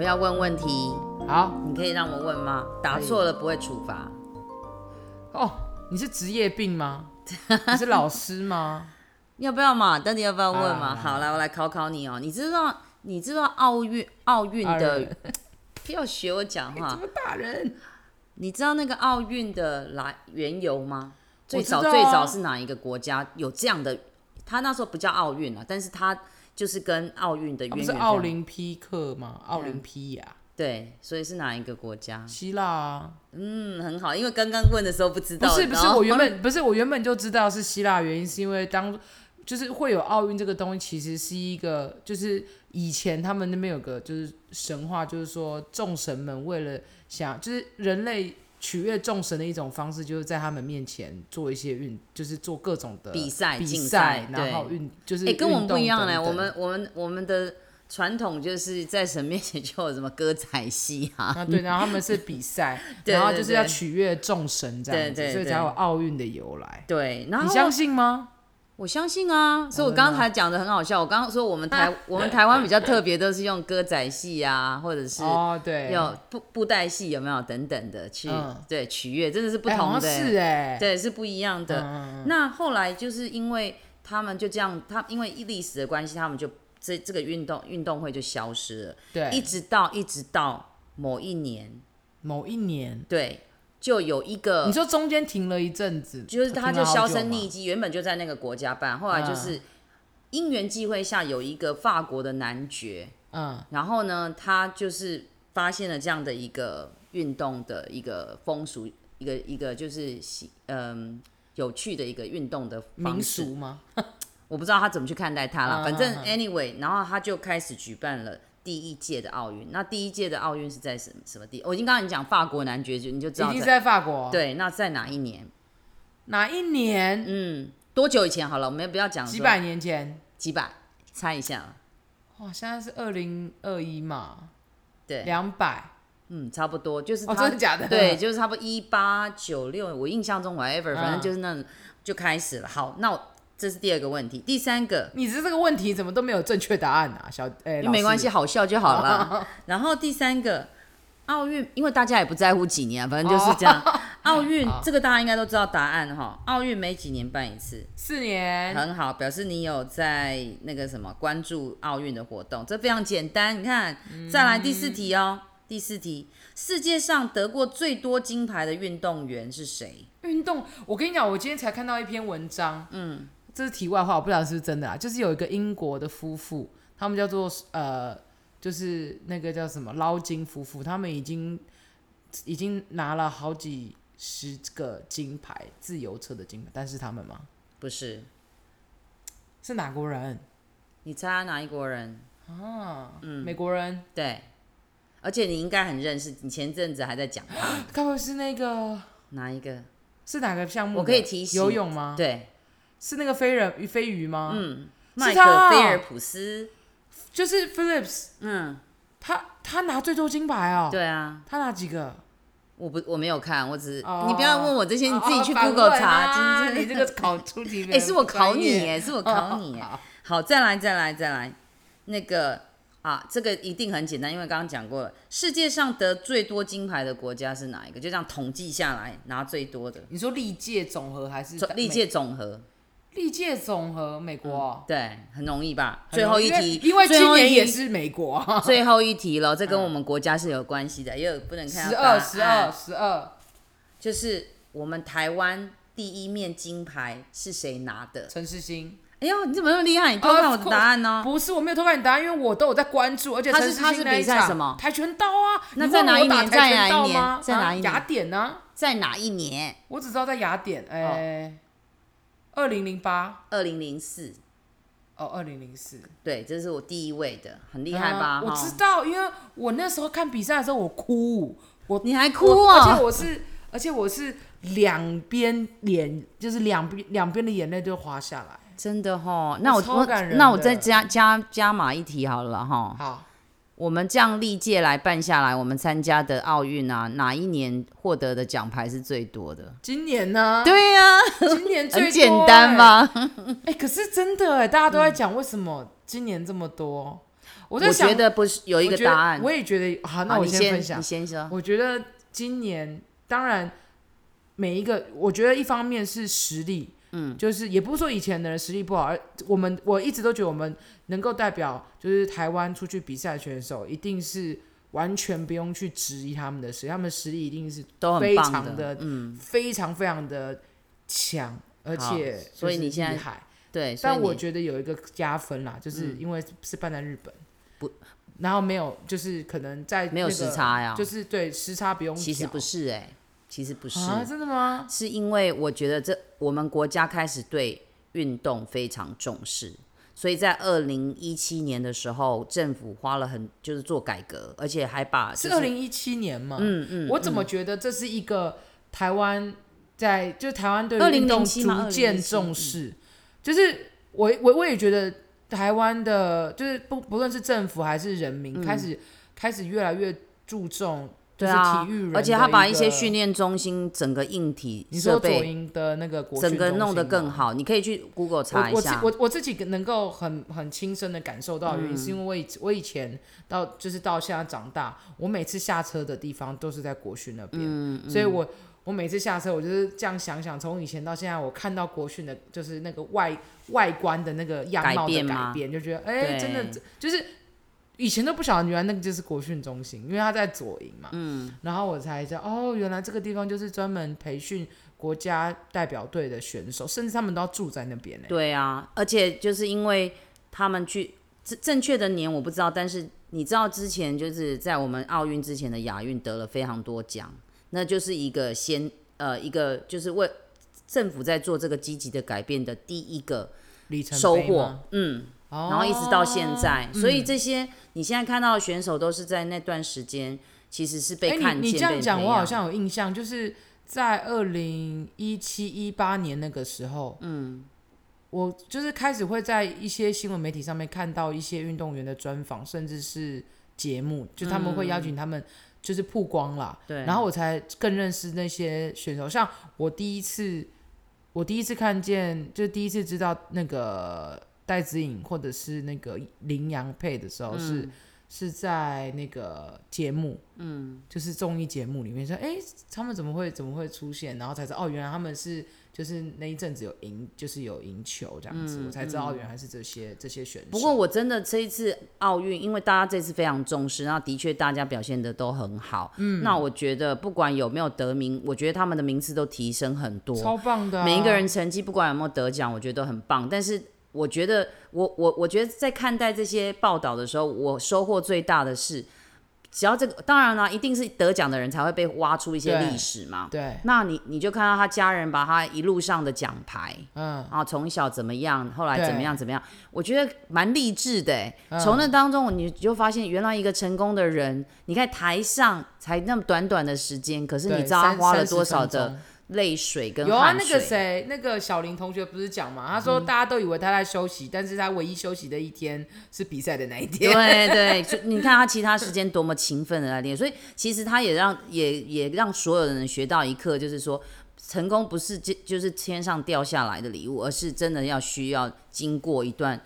要问问题，好你可以让我问吗？答错了不会处罚。哦，你是职业病 吗？你是老师吗？要不要嘛？到底要不要问嘛？啊好，来我来考考你哦。你知道你知道奥运奥运二的人， 不要学我讲怎话。么大人？你知道那个奥运的来缘由吗？最早、我知道啊最早是哪一个国家有这样的？他那时候不叫奥运了，啊但是他就是跟奥运的啊渊不源是这样。嗯奥林匹克吗？奥林匹亚，对，所以是哪一个国家？希腊啊。嗯，很好，因为刚刚问的时候不知不道。是不然是，后我原本不是我原本就知道是希腊，原因是因为当就是会有奥运这个东西，其实是一个就是以前他们那边有个就是神话，就是说众神们为了想就是人类取悦众神的一种方式，就是在他们面前做一些运，就是做各种的比赛比竞赛赛，对然后运就是哎、跟我们不一样嘞，嘞，我们我们我们的传统就是在神面前 就有什么歌仔戏啊，啊对，然后他们是比赛， 对然后对就是对要取悦众神这样对子，对所以对才有奥运的由来。对，然你后相信吗？我相信啊，所以我刚才讲的很好笑，我刚刚说我们 台我们台湾比较特别，都是用歌仔戏啊，或者是哦，对，要布布袋戏有没有等等的去、嗯对取悦，真的是不哎好同像的、是哎，对，是不一样的。嗯那后来就是因为他们就这样，他因为历史的关系，他们就这这个运动运动会就消失了，一对，直到一直到某一年，某一年，对，就有一你个，说中间停了一阵子，呃就是他停就了好销久声嘛匿迹，原本就在那个国家办，嗯后来就是因缘际会下有一个法国的男爵，嗯，然后呢，他就是发现了这样的一个运动的一个风俗，一个一个就是喜嗯。有趣的一个运动的方民式，俗吗？我不知道他怎么去看待它啦。嗯反正嗯 anyway，然后他就开始举办了第一届的奥运。那第一届的奥运是在什么什么地？我已经刚刚你讲法国男爵，就你就知一道定是在在法国，，对。那在哪一年？哪一年？嗯，多久以前好了？我们也不要讲几说百年前？几百，猜一下。啊哇，现在是二零二一嘛，对，两百，嗯，差不多就是哦，他、真的假的？对，，就是差不多一八九六，我印象中 whatever，嗯反正就是那种就开始了。好，那我这是第二个问题，第三个 你这这个问题怎么都没有正确答案啊，小哎，没关系，老师，哦好笑就好了。 然后第三个，奥运，因为大家也不在乎几年啊，反正就是这 样。奥运、哦好这个大家应该都知道答案哈，奥运每几年办一次，四年，很好，表示你有在那个什么关注奥运的活动，这非常简单。你看，嗯再来第四题哦，第四题，世界上得过最多金牌的运动员是谁？运动，我跟你讲，我今天才看到一篇文章，嗯，这是题外话，我不知道是不是真的啊。就是有一个英国的夫妇，他们叫做呃，就是那个叫什么捞金夫妇，他们已经已经拿了好几十个金牌，自由车的金牌，但是他们吗？不是，是哪国人你猜他哪一国人？啊？嗯，美国人，对，而且你应该很认识，你前阵子还在讲他 该不会是那个哪一个？是哪个项目的？我可以提醒游泳吗？，对，是那个飞人飞鱼吗？嗯，麦他克啊菲尔普斯，就是 Phillips，嗯，他他拿最多金牌哦，对啊，他拿几个？我不我没有看，我只、哦你不要问我这些，你自己去哦反 Google 问查。啊真的 你这个哦考出 ，题哎、是我考你哎，是我我考你哎、好好，再来再来再来，那个啊，这个一定很简单，因为刚刚讲过了，世界上得最多金牌的国家是哪一个？就这样统计下来，拿最多的你说历届总和还是总历届总和，历届总和？美国哦对，很容易吧？很最后容易一题，因为因为最今后一年也题是美国啊，最后一题了，这跟我们国家是有关系的，也有不能看十到答啊二案十二，十二，就是我们台湾第一面金牌是谁拿的？陈世新哎呦，你怎么那么厉害？你偷看我 Of 的 course 答案哦呢、不是我没有偷看你答案，因为我都有在关注，而且他陈是世新他是那一比赛场什么跆拳道啊？那你在问哪我一打年跆在拳哪一道年吗在啊哪一年雅典呢？在哪一年？我只知道在雅典，哎，哦二零零八二零零四，哦，二零零四。对，这是我第一位的，很厉害吧？啊我哈知道，因为我那时候看比赛的时候，我哭，我你还哭我而且啊、我是，而且我是两边脸，就是两边两边的眼泪都滑下来。真的哈，那我超我感人的那我再加加加码一题好了哈。好，我们这样历届来办下来，我们参加的奥运啊，哪一年获得的奖牌是最多的？今年呢？对呀、今年最很多简单？吧？欸哎、哎可是真的哎，大家都在讲为什么今年这么多，我在我想觉得不是有一我个觉得答案。我也觉得好，那好我你分享你。先说。我觉得今年当然每一个，我觉得一方面是实力，嗯，就是也不是说以前的人实力不好，而我们我一直都觉得我们能够代表就是台湾出去比赛的选手，一定是完全不用去质疑他们的实力，他们的实力一定是都很非棒常的嗯，非常非常的强，而好且所以就是你现在厉害。对。所以但我你嗯觉得有一个加分啦，就是因为是办在日本，不，然后没有就是可能在、没有时，差呀、就是对时差不用其实调不是哎、其实不是，啊，真的吗？是因为我觉得这我们国家开始对运动非常重视，所以在二零一七年的时候，政府花了很就是做改革，而且还把、就是二零一七年嘛？嗯嗯，我怎么觉得这是一个台湾在就是台湾对于运动2007吗逐渐2017重视，就是我我我也觉得台湾的，就是不不论是政府还是人民，开始开始越来越注重嗯就对是啊体育人，而且他把一一个些训。练中心整个硬体你设说左备营的那个国整个训中弄得心更吗好，你可以去 Google 查一我我自下。嗯我我自己能够很很亲身的感受到的原因，是因为我以我以前到就是到现在长大，我每次下车的地方都是在国训那边，嗯所以我我每次下车，我就是这样想想，从以前到现在，我看到国训的，就是那个外外观的那个样改貌的变改吗变，就觉得哎、对真的就是以前都不晓得，原来那个就是国训中心，因为它在左营嘛，嗯，然后我才知道哦，原来这个地方就是专门培训。国家代表队的选手，甚至他们都要住在那边呢、对啊，而且就是因为他们去正正确的年我不知道，但是你知道之前就是在我们奥运之前的亚运得了非常多奖，那就是一个先呃一个就是为政府在做这个积极的改变的第一个里程收碑获吗，，哦嗯嗯，然然后一直到现在，所以这些你现在看到的选手都是在那段时间其实是被看见、哎你你这被样讲，培我好养像有印象，就是在二零一七一八年那个时候，嗯，我就是开始会在一些新闻媒体上面看到一些运动员的专访，甚至是节目，就他们会邀请他们就是曝光啦，嗯对，然后我才更认识那些选手。像我第一次，我第一次看见，就第一次知道那个戴子颖或者是那个林洋配的时候嗯是，是在那个节目，嗯，就是综艺节目里面说，哎，他们怎么会怎么会出现？然后才知道，哦，原来他们是。就是那一阵子有赢，就是有赢球这样子，我才知道原来是这些这些选手。嗯不过我真的这一次奥运，因为大家这次非常重视，那的确大家表现的都很好。嗯，那我觉得不管有没有得名，我觉得他们的名次都提升很多。超棒的啊、每一个人成绩不管有没有得奖，我觉得都很棒。但是我觉得，我我我觉得在看待这些报道的时候，我收获最大的是，只要这个当然啦、一定是得奖的人才会被挖出一些对历史嘛。对，那你你就看到他家人把他一路上的奖牌，嗯，啊，从小怎么样，后来怎么对嗯样怎么样，我觉得蛮励志的欸。从那当中，你就发现原来一个成功的人，你看台上才那么短短的时间，可是你对知道他三花了30多少分的钟泪水跟有啊，汗那水。嗯个谁，那个小林同学不是讲嘛？他说大家都以为他在休息，但是他唯一休息的一天是比赛的那一天。对对，就你看他其他时间多么勤奋的在练，所以其实他也让也也让所有人学到一课，就是说成功不是就就是天上掉下来的礼物，而是真的要需要经过一段。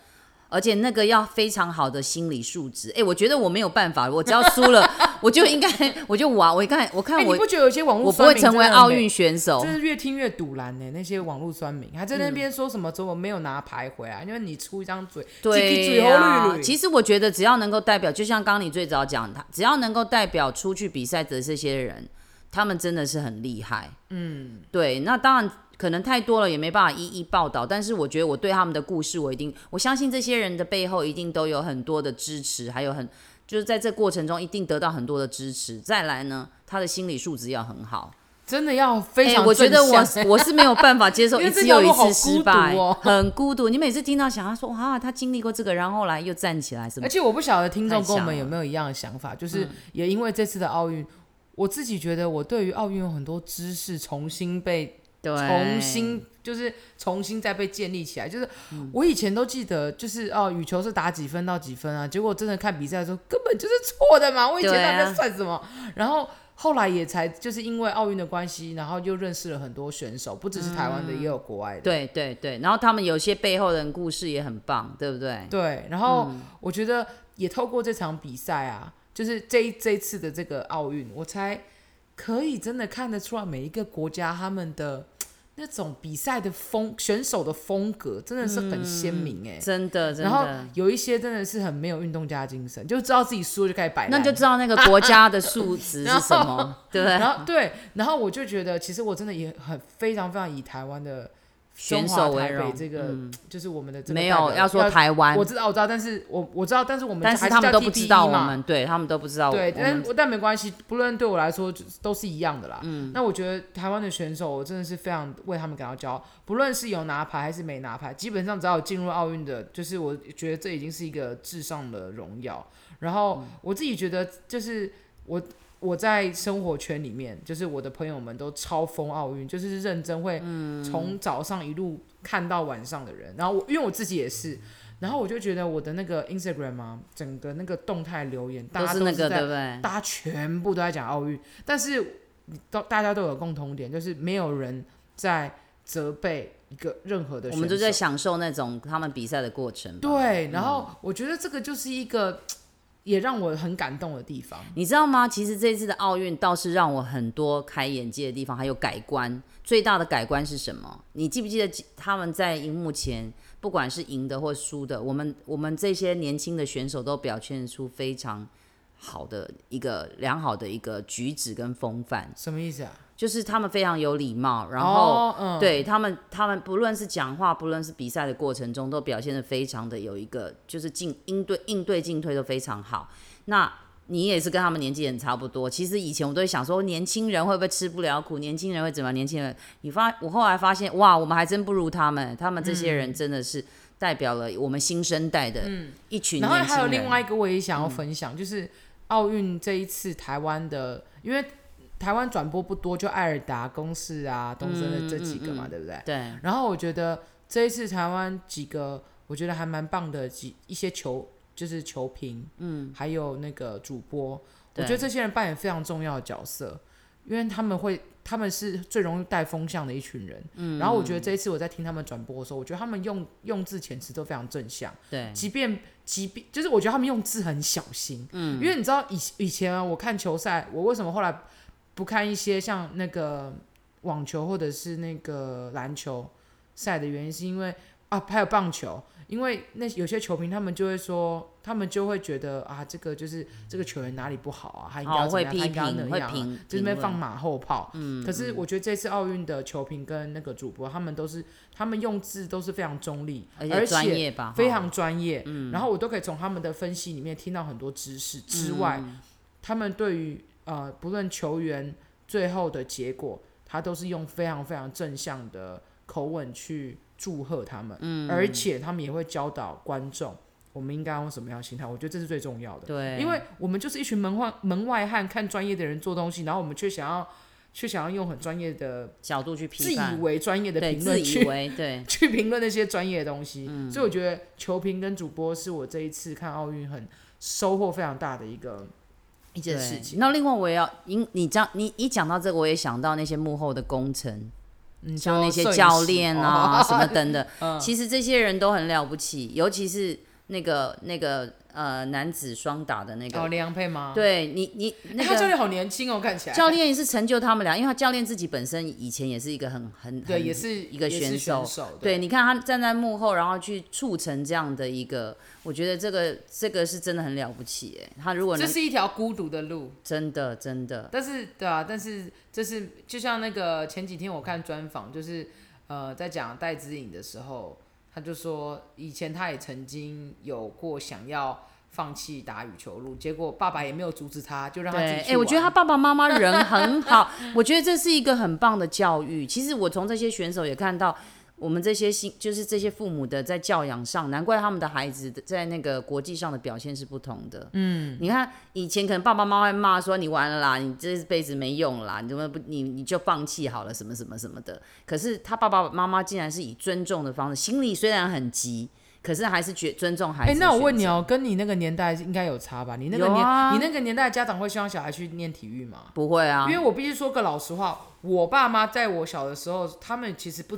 而且那个要非常好的心理素质，哎、我觉得我没有办法，我只要输了， 我就应该，我就玩，我看，我哎、看你我，不觉得有些网络我不酸会民成为真的很奥美运选手就，是越听越堵然呢、那些网络酸民还在嗯那边说什么怎么没有拿牌回来，因为你出一张嘴，叽叽对嘴吼绿啊绿。，其实我觉得只要能够代表，就像刚刚你最早讲，他只要能够代表出去比赛的这些人，他们真的是很厉害。嗯，对。那当然可能太多了，也没办法一一报道。但是我觉得我对他们的故事，我一定，我相信这些人的背后一定都有很多的支持，还有很就是在这过程中一定得到很多的支持。再来呢，他的心理素质要很好。真的要非常哎我觉正得向、我我是没有办法接受因为一这次条又一路好次失孤独败，哦 很孤独。你每次听到想他说啊，他经历过这个，然后后来又站起来什么 而，且我不晓得听众太跟我像们有了嗯没有一样的想法，就是也因为这次的奥运，我自己觉得我对于奥运有很多知识重新被对，嗯重新就是重新再被建立起来。就是我以前都记得，就是哦，羽球是打几分到几分啊，结果真的看比赛的时候根本就是错的嘛，我以前对啊到底在算什么？然后。后来也才就是因为奥运的关系，然后又认识了很多选手，不只是台嗯湾的，也有国外的。对对对。然后他们有些背后的人故事也很棒，对不对？对，然后我觉得也透过这场比赛啊，就是这一这一次的这个奥运，我才可以真的看得出来每一个国家他们的那种比赛的风选手的风格真的是很鲜明哎、真的嗯真然后的，有一些真的是很没有运动家精神，就知道自己输了就开始摆烂，那就知道那个国家的数值是什 么，对不对？然 后对，然后我就觉得，其实我真的也很非常非常以台湾的选中华手为台北荣嗯这个、就是我们的这个没有代表要说台湾我，知道我知道，但是我我知道，但是我们但还是他们叫都不 TPE 知道我嘛们，对他们都不知道我对，但们。但没关系，不论对我来说就是都是一样的啦。嗯，那我觉得台湾的选手，我真的是非常为他们感到骄傲，不论是有拿牌还是没拿牌，基本上只要有进入奥运的，就是我觉得这已经是一个至上的荣耀。然嗯后我自己觉得，就是我我在生活圈里面，就是我的朋友们都超疯奥运，就是认真会嗯从早上一路看到晚上的人。然后我因为我自己也是。然后我就觉得我的那个 Instagram 啊，整个那个动态留言，大都家是那个，在对不对？大家全部都在讲奥运，但是都大家都有共同点，就是没有人在责备一个任何的我选手。们就在嗯享受那种他们比赛的过程。，对，然后我觉得这个就是一个也让我很感动的地方。你知道吗？其实这次的奥运倒是让我很多开眼界的地方，还有改观。最大的改观是什么？你记不记得他们在荧幕前，不管是赢的或输的，我们我们这些年轻的选手都表现出非常好的一个良好的一个举止跟风范，什么意思啊？就是他们非常有礼貌，然后哦、嗯，对他们，他们不论是讲话，不论是比赛的过程中，都表现的非常的有一个，就是进应对应对进退都非常好。那你也是跟他们年纪很差不多。其实以前我都会想说，年轻人会不会吃不了苦？年轻人会怎么样？年轻人，你发我后来发现，哇，我们还真不如他们。他们这些人真的是代表了我们新生代的一群然后年还有轻人。嗯另外一个我也想要分享，就是奥运这一次台湾的，因为台湾转播不多，就艾尔达、公式啊、东森的这几个嗯嘛，对不对？对，然后我觉得这一次台湾几个，我觉得还蛮棒的几一些球，就是球评，嗯，还有那个主播，我对觉得这些人扮演非常重要的角色，因为他们会。他们是最容易带风向的一群人，嗯，然后我觉得这一次我在听他们转播的时候，我觉得他们用用字遣词都非常正向，对，即便即便就是我觉得他们用字很小心，嗯，因为你知道以以前啊，我看球赛，我为什么后来不看一些像那个网球或者是那个篮球赛的原因，是因为啊，还有棒球，因为那有些球评他们就会说，他们就会觉得啊，这个就是这个球员哪里不好啊，他应该要哦，怎么会样，批他应该要评，那会样啊、评，就评那边论放马后炮。嗯，可是我觉得这次奥运的球评跟那个主播，他们都是他们用字都是非常中立，而而且专业吧，哈非常专业。嗯，然后我都可以从他们的分析里面听到很多知识嗯之外，他们对于呃不论球员最后的结果，他都是用非常非常正向的口吻去祝贺他们，嗯，而且他们也会教导观众。我们应该用什么样的心态？我觉得这是最重要的。对，因为我们就是一群门外门外汉，看专业的人做东西，然后我们却想要却想要用很专业的、角度去自批以判，为专业的对，评自论以去为对， 去评论那些专业的东西。嗯所以我觉得球评跟主播是我这一次看奥运很收获非常大的一个一件对事情。那另外我也要，因你讲你一讲到这个，我也想到那些幕后的工程，嗯，像那些摄影教师哦嗯练啊、 什么等 等，其实这些人都很了不起，尤其是那个那个呃男子双打的那哦，个，李阳配吗？对你你那哎他教个练好年轻哦，看起来教练是成就他们俩，因为他教练自己本身以前也是一个很很对很也是一个也是选手手，对，你看他站在幕后，然后去促成这样的一个，我觉得这个这个是真的很了不起哎，他如果这能是一条孤独的路。真的真的，但是对啊，但是就是就像那个前几天我看专访，就是呃在讲戴资颖的时候，他就说以前他也曾经有过想要放弃打羽球路，结果爸爸也没有阻止他，就让他自己对，去哎、玩。我觉得他爸爸妈妈人很 好，我觉得这是一个很棒的教育。其实我从这些选手也看到，我们这些新就是这些父母的在教养上，难怪他们的孩子在那个国际上的表现是不同的。嗯，你看以前可能爸爸妈妈会骂说你完了啦，你这辈子没用啦，你怎么不你你就放弃好了，什么什么什么的。可是他爸爸妈妈竟然是以尊重的方式，心里虽然很急，可是还是觉尊重孩哎、子。那我问你，哦，跟你那个年代应该有差吧？你那个有年、啊你那个年代家长会希望小孩去念体育吗？不会啊因？为我必须说个老实话，我爸妈在我小的时候，他们其实不，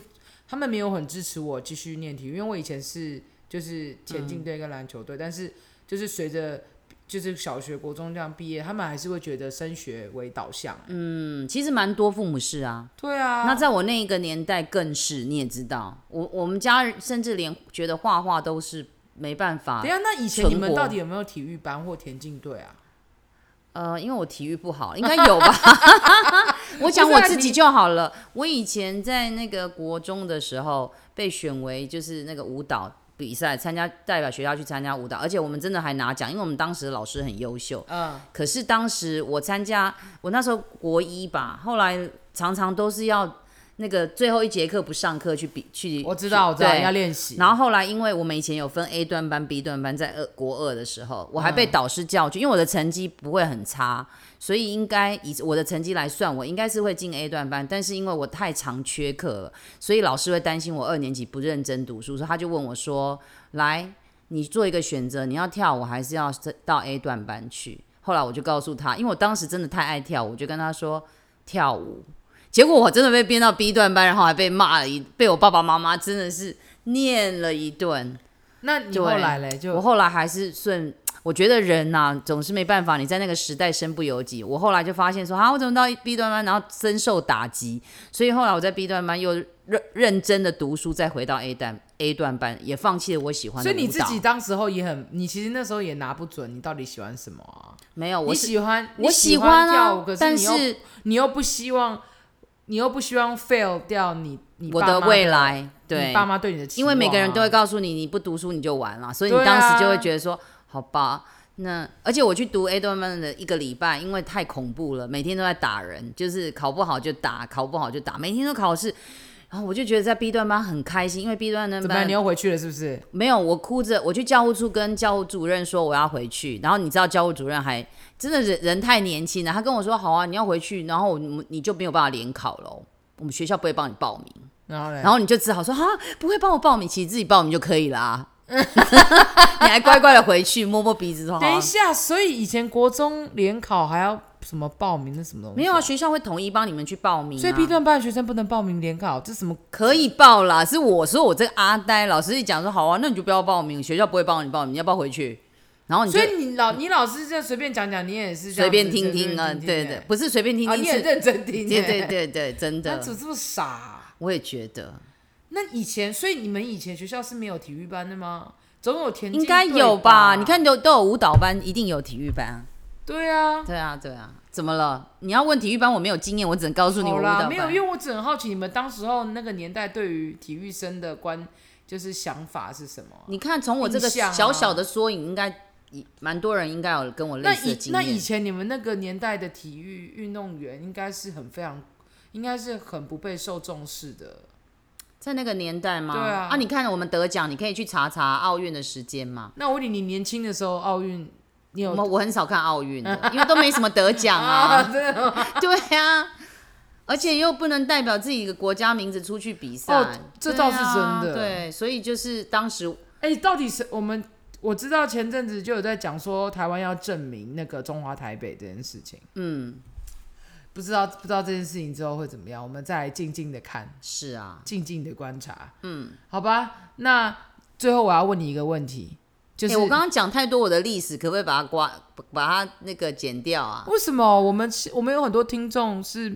他嗯们没有很支持我继续念体育，因为我以前是就是田径队跟篮球队，但是就是随着就是小学、国中这样毕业，他们还是会觉得升学为导向。啊嗯，其实蛮多父母是啊。对啊，那在我那个年代更是，你也知道，我我们家人甚至连觉得画画都是没办法等一。下，那以前你存们活到底有没有体育班或田径队啊？呃，因为我体育不好，应该有吧？我讲我自己就好了。我以前在那个国中的时候被选为就是那个舞蹈比赛，参加代表学校去参加舞蹈，而且我们真的还拿奖，因为我们当时的老师很优秀。嗯，可是当时我参加，我那时候国一吧，后来常常都是要那个最后一节课不上课去比去。我知道，我知道对要练习。然后后来，因为我们以前有分 A 段班、B 段班，在二国二的时候，我还被导师叫去，因为我的成绩不会很差，所以应该以我的成绩来算，我应该是会进 A 段班。但是因为我太常缺课了，所以老师会担心我二年级不认真读书，所以他就问我说：“来，你做一个选择，你要跳舞还是要到 A 段班去？”后来我就告诉他，因为我当时真的太爱跳舞，我就跟他说跳舞。结果我真的被编到 B 段班，然后还被骂了一，被我爸爸妈妈真的是念了一顿。那你对后来嘞，就我后来还是顺，我觉得人呐、总是没办法，你在那个时代身不由己。我后来就发现说，啊，我怎么到 B 段班，然后深受打击，所以后来我在 B 段班又认认真的读书，再回到 A 段 A 段班，也放弃了我喜欢的所舞蹈。以你自己当时候也很，你其实那时候也拿不准你到底喜欢什么啊？没有，我你是喜欢，我你喜欢跳啊舞，可，但你又是你又不希望，你又不希望 fail 掉你你我爸妈的未，来，你对，爸妈对你的期因望啊、为每个人都会告诉你，你不读书你就完了，所以你对啊当时就会觉得说，好吧。那而且我去读 A 段班的一个礼拜，因为太恐怖了，每天都在打人，就是考不好就打，考不好就打，每天都考试。然后我就觉得在 B 段班很开心，因为 B 段班怎么样，你又回去了是不是？没有，我哭着我去教务处跟教务主任说我要回去，然后你知道教务主任还真的人人太年轻了，他跟我说好啊，你要回去，然后我们你就没有办法联考喽，我们学校不会帮你报名。然后嘞，然后你就只好说啊，不会帮我报名，其实自己报名就可以啦、 你还乖乖的回去摸摸鼻子说，好等啊一下，所以以前国中联考还要什么报名那什么东西？没有啊，学校会统一帮你们去报名、啊，所以 B 段班的学生不能报名联考，这什么？可以报啦。是我说我这个阿呆，老师一讲说好啊，那你就不要报名，学校不会帮你报名，你要不要回去？然后你就所以你老你老师这样随便讲讲，你也是这随样便子听随听啊，便对对欸，不是随便听啊，听，你也是认真听欸，对对对对，真那的，怎么这么傻啊？我也觉得那以前，所以你们以前学校是没有体育班的吗？总有田径应该队有吧？吧？你，看都都有舞蹈班，一定有体育班啊。对啊，对啊，对啊，怎么了？你要问体育班，我没有经验，我只能告诉你我好舞蹈啦，班没有，因为我只很好奇你们当时候那个年代对于体育生的观就是想法是什么啊？你看，从我这个印象啊小小的缩影，应该蛮多人应该有跟我那类似的以经那以验。前你们那个年代的体育运动员应该是很非常，应该是很不被受重视的。在那个年代吗？对啊你看我们得奖，你可以去查查奥运的时间嘛。那我问你，你年轻的时候奥运，你有我我很少看奥运 的，因为都没什么得奖啊。真的吗 对啊，而且又不能代表自己的国家名字出去比赛，哦这倒是对啊真的对，所以就是当时哎、到底是我们？我知道前阵子就有在讲说台湾要证明那个中华台北这件事情，嗯不知道不知道这件事情之后会怎么样，我们再来静静的看，是啊，静静的观察。嗯，好吧，那最后我要问你一个问题，就哎、是、我刚刚讲太多我的历史，可不可以把它刮把它那个剪掉啊？为什么我们我们有很多听众是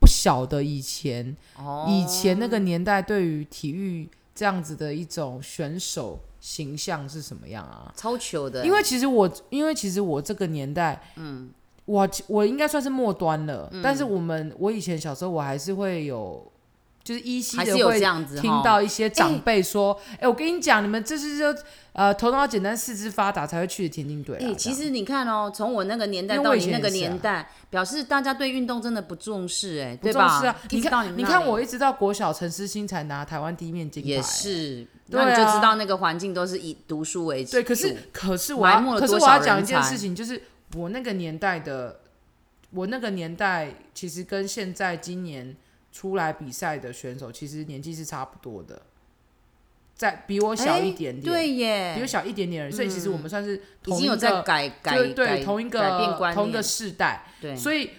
不晓得以前、哦，以前那个年代对于体育这样子的一种选手形象是什么样啊？超糗的欸、因为其实我，因为其实我这个年代，嗯，我我应该算是末端了。嗯但是我们，我以前小时候，我还是会有，就是依稀还的是有会这样子听齁到一些长辈说：“哎、我跟你讲，你们这是就呃头脑简单、四肢发达才会去的田径队、啊。哎、这样其实你看哦，从我那个年代因为到我以你前那也个是年啊代，表示大家对运动真的不重视、哎，不对重吧？视啊！一你直到看，们你那看里我一直到国小陈思欣才拿台湾第一面金牌，也是，对那你就啊知道那个环境都是以读书为主。对，可是可是我要埋没了可是多我少要讲一人件才事情，就是我那个年代的，我那个年代其实跟现在今年出来比赛的选手，其实年纪是差不多的，在比我小一哎点点，对比我耶，小一点点而已，所以其实我们算是已同经一有在个，改对改对，改同一改变个观同一念，个世代，对，所以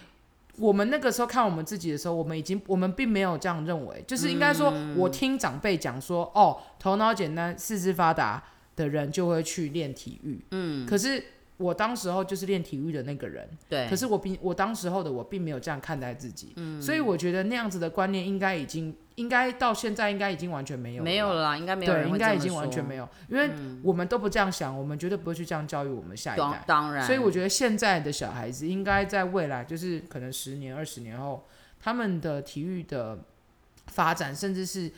我们那个时候看我们自己的时候，我们已经我们并没有嗯这样认为，就是应该说，我听长辈讲说，哦，头脑简单，四肢发达，的人就会去练体育。嗯，可是我当时候就是练体育的那个人，对，可是我并我当时候的我并没有这样看待自己。嗯，所以我觉得那样子的观念应该已经，应该到现在应该已经完全没有了吧没有了啦，应该没有对，人应会该这已么经完说嗯全没有，因为我们都不这样想，我们绝对不会去这样教育我们下一当代。当然，所以我觉得现在的小孩子应该在未来，就是可能十年、二十年后，他们的体育的发展，甚至是、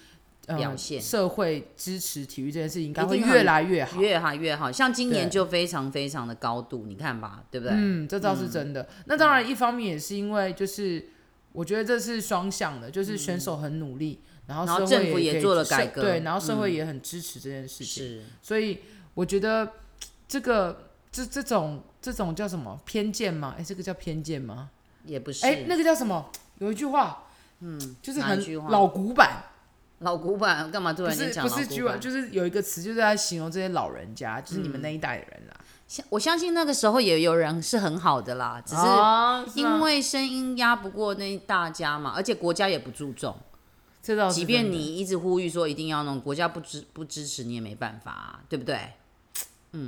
呃、表现社会支持体育这件事，应该一会定越很来越好。越好越好，像今年对就非常非常的高度，你看吧，对不对？嗯，这倒是真的。那当嗯然，一方面也是因为就是。我觉得这是双向的，就是选手很努力，然后嗯然后社会政府也可以做了社改革对，然后社会嗯也很支持这件事情。是，所以我觉得这个这这种这种叫什么偏见吗？哎，这个叫偏见吗？也不是。哎，那个叫什么？有一句话，嗯，就是哪一很句话老古板，老古板干嘛突不然是间讲不老是古居板？就是有一个词，就是在形容这些老人家，就是你们那一代人啊啦。像我相信那个时候也有人是很好的啦，只是啊哦是吗因为声音压不过那大家嘛，而且国家也不注重。这哦倒是即真便的你一直呼吁说一定要弄，国家不支不支持你也没办法、啊，对不对？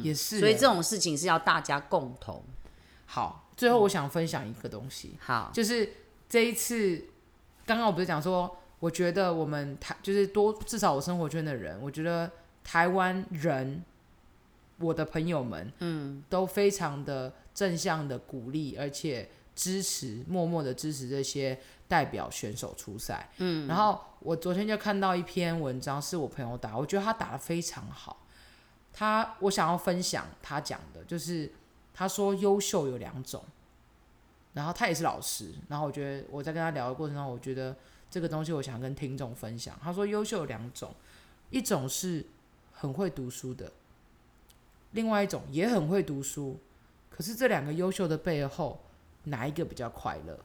也是欸，嗯所以这种事情是要大家共同。好，最后我想分享一个东西，好，就是这一次，刚刚我不是讲说，我觉得我们台就是多至少我生活圈的人，我觉得台湾人，我的朋友们，嗯，都非常的正向的鼓励，而且支持，默默的支持这些代表选手出赛，嗯，然后我昨天就看到一篇文章，是我朋友打，我觉得他打的非常好。他，我想要分享他讲的，就是他说优秀有两种，然后他也是老师，然后我觉得我在跟他聊的过程中，我觉得这个东西我想跟听众分享。他说优秀有两种，一种是很会读书的，另外一种也很会读书，可是这两个优秀的背后，哪一个比较快乐？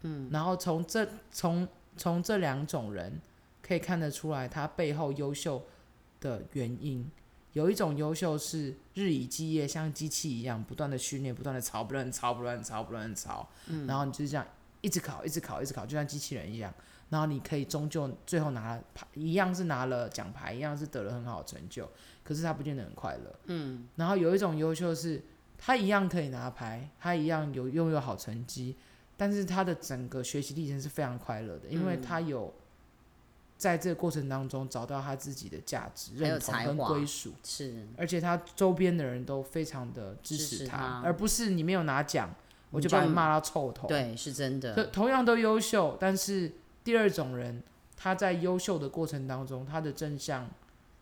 嗯，然后从这从从这两种人可以看得出来，他背后优秀的原因。有一种优秀是日以继夜，像机器一样不断的训练，不断的操，不断地操，不断地操，不断地操，嗯然后你就是这样一直考，一直考，一直考，就像机器人一样。然后你可以终究最后拿了牌，一样是拿了奖牌，一样是得了很好的成就，可是他不见得很快乐。嗯。然后有一种优秀是，他一样可以拿牌，他一样有拥有好成绩，但是他的整个学习历程是非常快乐的，嗯因为他有在这个过程当中找到他自己的价值、还有认同才跟华归属。是而且他周边的人都非常的支支持持他，他而不是你没有拿奖，我你就把就你骂到臭头。，对，是真就的，同样都优秀，但是第二种人，他在优秀的过程当中，他的正向，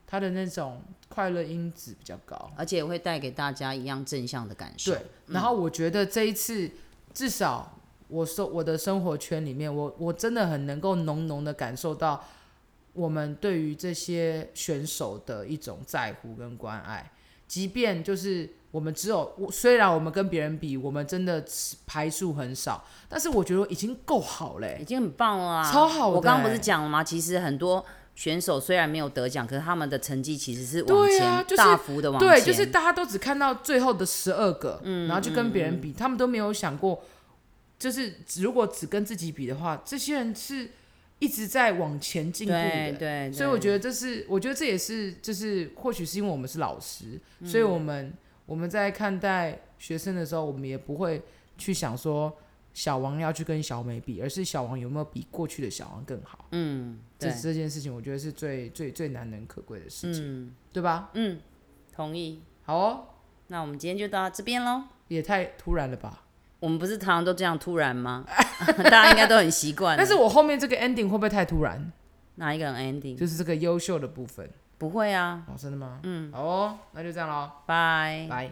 他的那种快乐因子比较高。而且会带给大家一样正向的感受。嗯对，然后我觉得这一次，至少我说我的生活圈里面，我我真的很能够浓浓的感受到我们对于这些选手的一种在乎跟关爱，即便就是。我们只有我，虽然我们跟别人比，我们真的排数很少，但是我觉得已经够好欸嘞、已经很棒了啊，超好的我刚刚不欸是讲了吗？其实很多选手虽然没有得奖，可是他们的成绩其实是往对前、啊就是大幅的往前。对，就是大家都只看到最后的十二个，嗯然后就跟别人比，他们都没有想过，就是如果只跟自己比的话，这些人是一直在往前进步对的。对，所以我得觉得这是，我觉得这也是，就是或许是因为我们是老师，所以我们我们在看待学生的时候，我们也不会去想说小王要去跟小美比，而是小王有没有比过去的小王更好。嗯，这对，这件事情，我觉得是最最最难能可贵的事情，嗯对吧？嗯，同意。好哦，那我们今天就到这边喽。也太突然了吧！我们不是常常都这样突然吗？ 大家应该都很习惯了。 但是我后面这个 ending 会不会太突然？哪一个人 ending？就是这个优秀的部分，不会啊，哦，真的吗？嗯，好哦，那就这样喽，拜。拜。